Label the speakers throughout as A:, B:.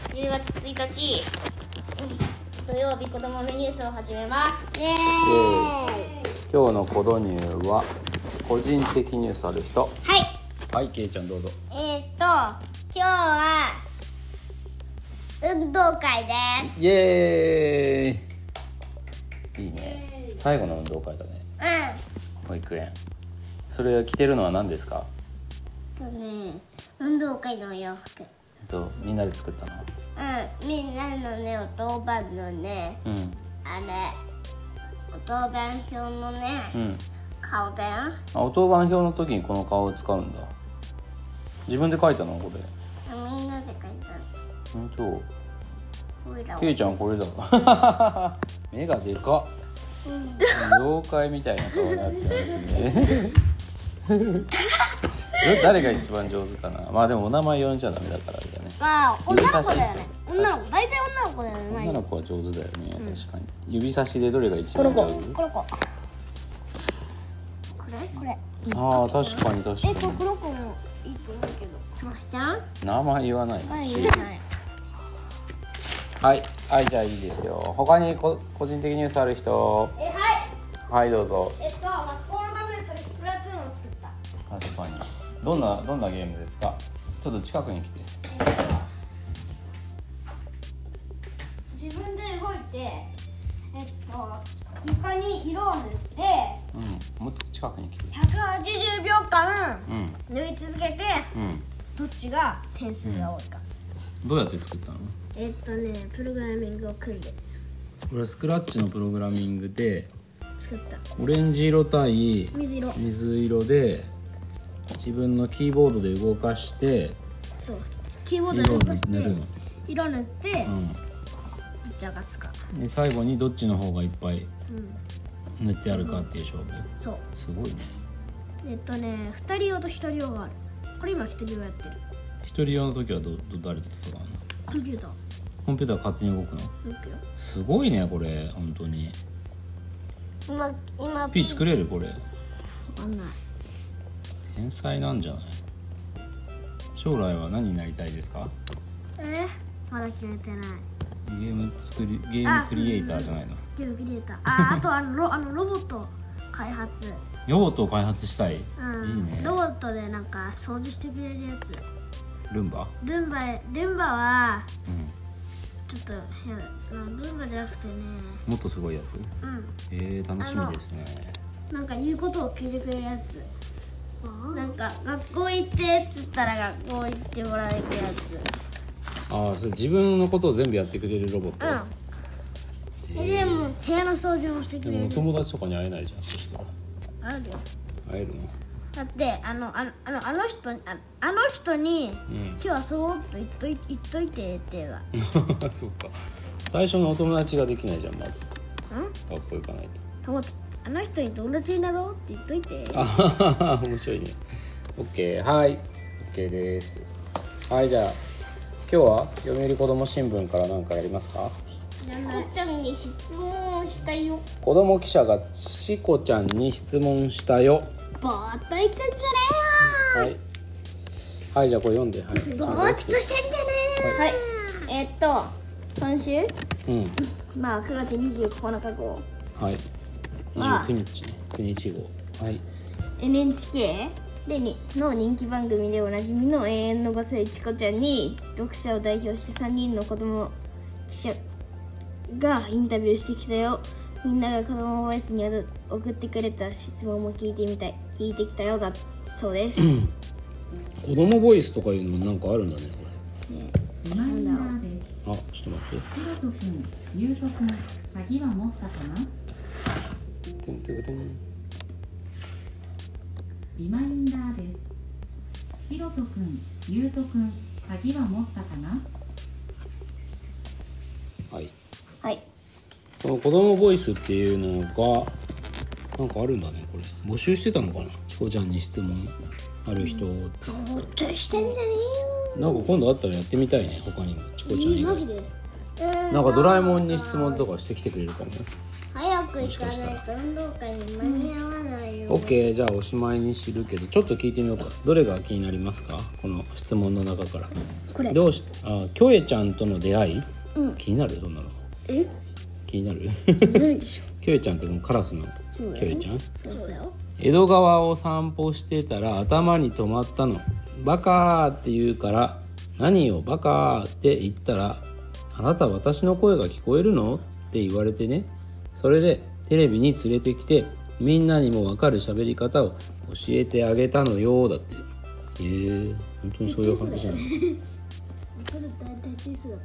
A: 1日
B: 土曜日子供のニュースを始めます
A: イエーイ
C: 今日のコロニューは個人的ニュースある人
A: はい
C: はいけいちゃんどうぞ
A: えー、っと今日は運動会です
C: イエーイいいね最後の運動会だね保育園それ着てるのは何ですか
A: うん、ね、運動会のお洋服
C: えっとみんなで作ったの
A: うんみんなのねお当番のね
C: うん
A: あれお当番表のね
C: うん
A: 顔だよ
C: あお当番表の時にこの顔を使うんだ自分で書いたのこれ
A: みんなで描いた
C: 本当
A: オイラを
C: けいちゃんこれだ 目がでかっ妖怪みたいな顔になってますねえ 誰が一番上手かなまあでもお名前呼んじゃダメだからあれだね
B: まあ女
C: 指
B: の
C: 差し
B: 子だよね女の子大体女の子だよね
C: 女
B: 前
C: の子は上手だよね、確かに指差しでどれが一番上手
B: この子これこれ
C: ああ確かに確
B: え
C: か
B: この子もいいと思うけど
A: マスちゃん
C: に名前言わない
B: はいいいない
C: はいはいじゃあいいですよ他にこ個人的ニュースある人
B: えはい
C: はいどうぞ
B: えっとマッコールタブレットでスプラトゥーンを作った
C: 確かにどんなどんなゲームですかちょっと近くに来て
B: 自分で動いてえっと床に色を塗って
C: うんもうちょっと近くに来て
B: 180秒間
C: うん
B: 縫い続けて
C: うん
B: どっちが点数が多いか、
C: どうやって作ったの
B: えっとねプログラミングを組んで
C: これスクラッチのプログラミングで
B: 作った
C: オレンジ色対
B: 水色
C: 水色で自分のキーボードで動かして
B: そうキーボード
C: 色
B: で
C: を
B: 動かして
C: 塗るの、
B: 色塗ってどっ
C: うん、
B: ちが勝つか
C: で最後にどっちの方がいっぱい
B: うん
C: 塗ってあるかっていう勝負
B: そう
C: すごいね
B: えっとね2人用と1人用があるこれ今1人用やってる
C: 一人用の時はどど誰と戦うの
B: コンピューター
C: コンピューター勝手に動くの
B: 動くよ
C: すごいねこれ本当に
A: 今今
C: ピー作れるこれ
B: わかんない
C: 天才なんじゃない将来は何になりたいですか
B: えー、まだ決めてない
C: ゲーム作りゲームクリエイターじゃないの
B: ゲームクリエイターあーあとあのロあのロボット開発
C: ロボットを開発したい、
B: うん
C: いいね
B: ロボットでなんか掃除してくれるやつ
C: ルンバ、
B: ルンバルンバは
C: うん、
B: ちょっと変なルンバじゃなくてね
C: もっとすごいやつ
B: う
C: えー、楽しみですね
B: んなんか言うことを聞いてくれるやつなんか学校行ってっつったら学校行ってもらえるや
C: ああそれ自分のことを全部やってくれるロボット、
B: つうんえでも部屋の掃除もしてく
C: で
B: れ
C: も
B: る
C: お友達とかに会えないじゃんそしたら
B: あるよ
C: 会えるの
B: だってあのあのあのあの人にああの人に
C: うん
B: 今日はそうっと言っとい言っといてって言えば
C: そうか最初のお友達ができないじゃんまず
B: うん
C: 学校行かないと
B: 友達あの人に友達になろうって言っといて
C: あははは面白いね OK はい OK ですはいじゃあ今日は読売子ども新聞から何かやりますか
A: こっちゃんに質問をしたよ
C: 子ども記者がしこちゃんに質問したよ
A: ぼーっといてんじゃね
C: はいはいじゃあこれ読んではい
A: えよぼーっとしてんじゃねえよはいえっと今週
C: うん
A: まあ9月29日号
C: はい
A: まあ
C: 29日9日号はい
A: NHK でにの人気番組でおなじみの永遠の5歳チコちゃんに読者を代表して3人の子供記者がインタビューしてきたよみんなが子供ボイスにある送ってくれた質問も聞いてみたい聞いてきたよだそ うです
C: 子供ボイスとかいうのもなんかあるんだね
D: なんだろうです。
C: これあちょっと待っ
D: ひろとくん、ゆうとくん、鍵は持ったかな
C: ててんてんてん
D: リマインダーです。ひろとくん、ゆうとくん、鍵は持ったかな
C: はい
A: はい
C: この子供ボイスっていうのがなんかあるんだねこれ募集してたのかなチコちゃんに質問ある人、
A: ぼーっとしてんじゃね
C: なんか今度あったらやってみたいね他にもチコちゃん以外
B: で
A: えよ
C: なんかドラえもんに質問とかしてきてくれるかもね
A: 早く
C: もしかしたら
A: と運動会に間に合わないよ
C: OK じゃあおしまいにするけどちょっと聞いてみようかどれが気になりますかこの質問の中から
A: これ
C: どうしあキョエちゃんとの出会い
A: うん
C: 気になるそんなの
A: え
C: 気になる
A: ないでし
C: キョエちゃんってこのカラスのキ
A: そうだよ
C: ョエちゃん
A: ょそうだよ
C: 江戸川を散歩してたら頭に止まったの「バカー」って言うから「何よバカー」って言ったら「あなた私の声が聞こえるの?」って言われてねそれでテレビに連れてきてみんなにもわかる喋り方を教えてあげたのよだってへえ本当にそういう話な
B: それ大
C: の
B: 体チーズだっ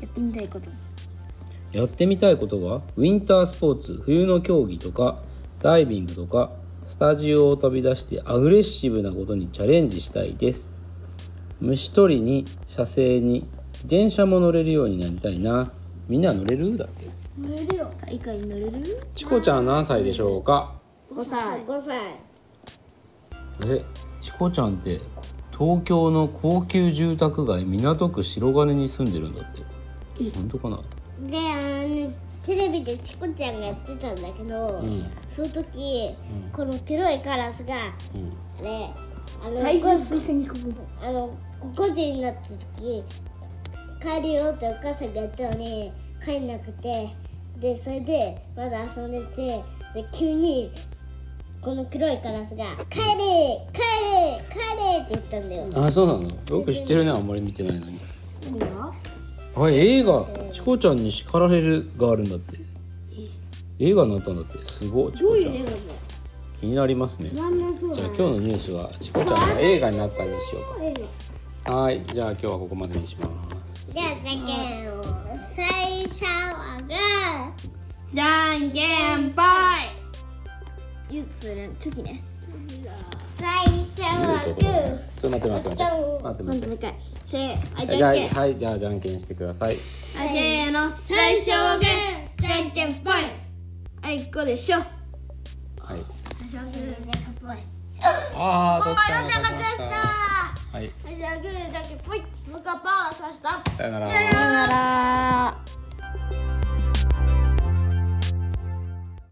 A: やってみたいこと
C: やってみたいことはウィンタースポーツ冬の競技とかダイビングとかスタジオを飛び出してアグレッシブなことにチャレンジしたいです虫取りに射精に自転車も乗れるようになりたいなみんな乗れるだって
B: た乗れるよ
A: 海外に乗れる
C: チコちゃん何歳でしょうか
A: 5歳
B: 5歳
C: えチコちゃんって東京の高級住宅街港区白金に住んでるんだって本当かな
B: であのテレビでチコちゃんがやってたんだけど、
C: うん
B: その時、この黒いカラスが
C: うん
B: あれあの
A: 体
B: こ
A: 重スイカ肉分
B: あの個人になった時帰るよってお母さんが言ったのに帰んなくてでそれでまだ遊んでてで急にこの黒いカラスが「帰れ帰れ帰れ!」って言ったんだよ。
C: あそうなのよく知ってるねあんまり見てないのに
B: 何が
C: あ映画「チコちゃんに叱られる」があるんだって映画になったんだってすごいチコちゃん気になりますねじゃあ今日のニュースはチコちゃんが映画になったにしようかはいじゃあ今日はここまでにします
B: じゃあじゃけんを最初はグー
A: じゃんけんぽいゆうとそれチョキね
B: 最初
C: という
B: は
C: こ
B: グ
C: とで
B: ー
C: ねちょっと待って待って待って待って待っ
A: 一回せーあ
C: て
A: じゃんけ
C: じ
A: ん
C: ゃあはいじゃあじゃんけんしてください
A: はい、せーの、最初はグー、じゃんけんぽい。はい、こうでしょ。
C: はい
B: ぽい
C: ああどっちゃんが勝ちましたはい
B: 最初はグーじゃんけんぽい向こうパーを刺した
C: さよなら
A: さよなら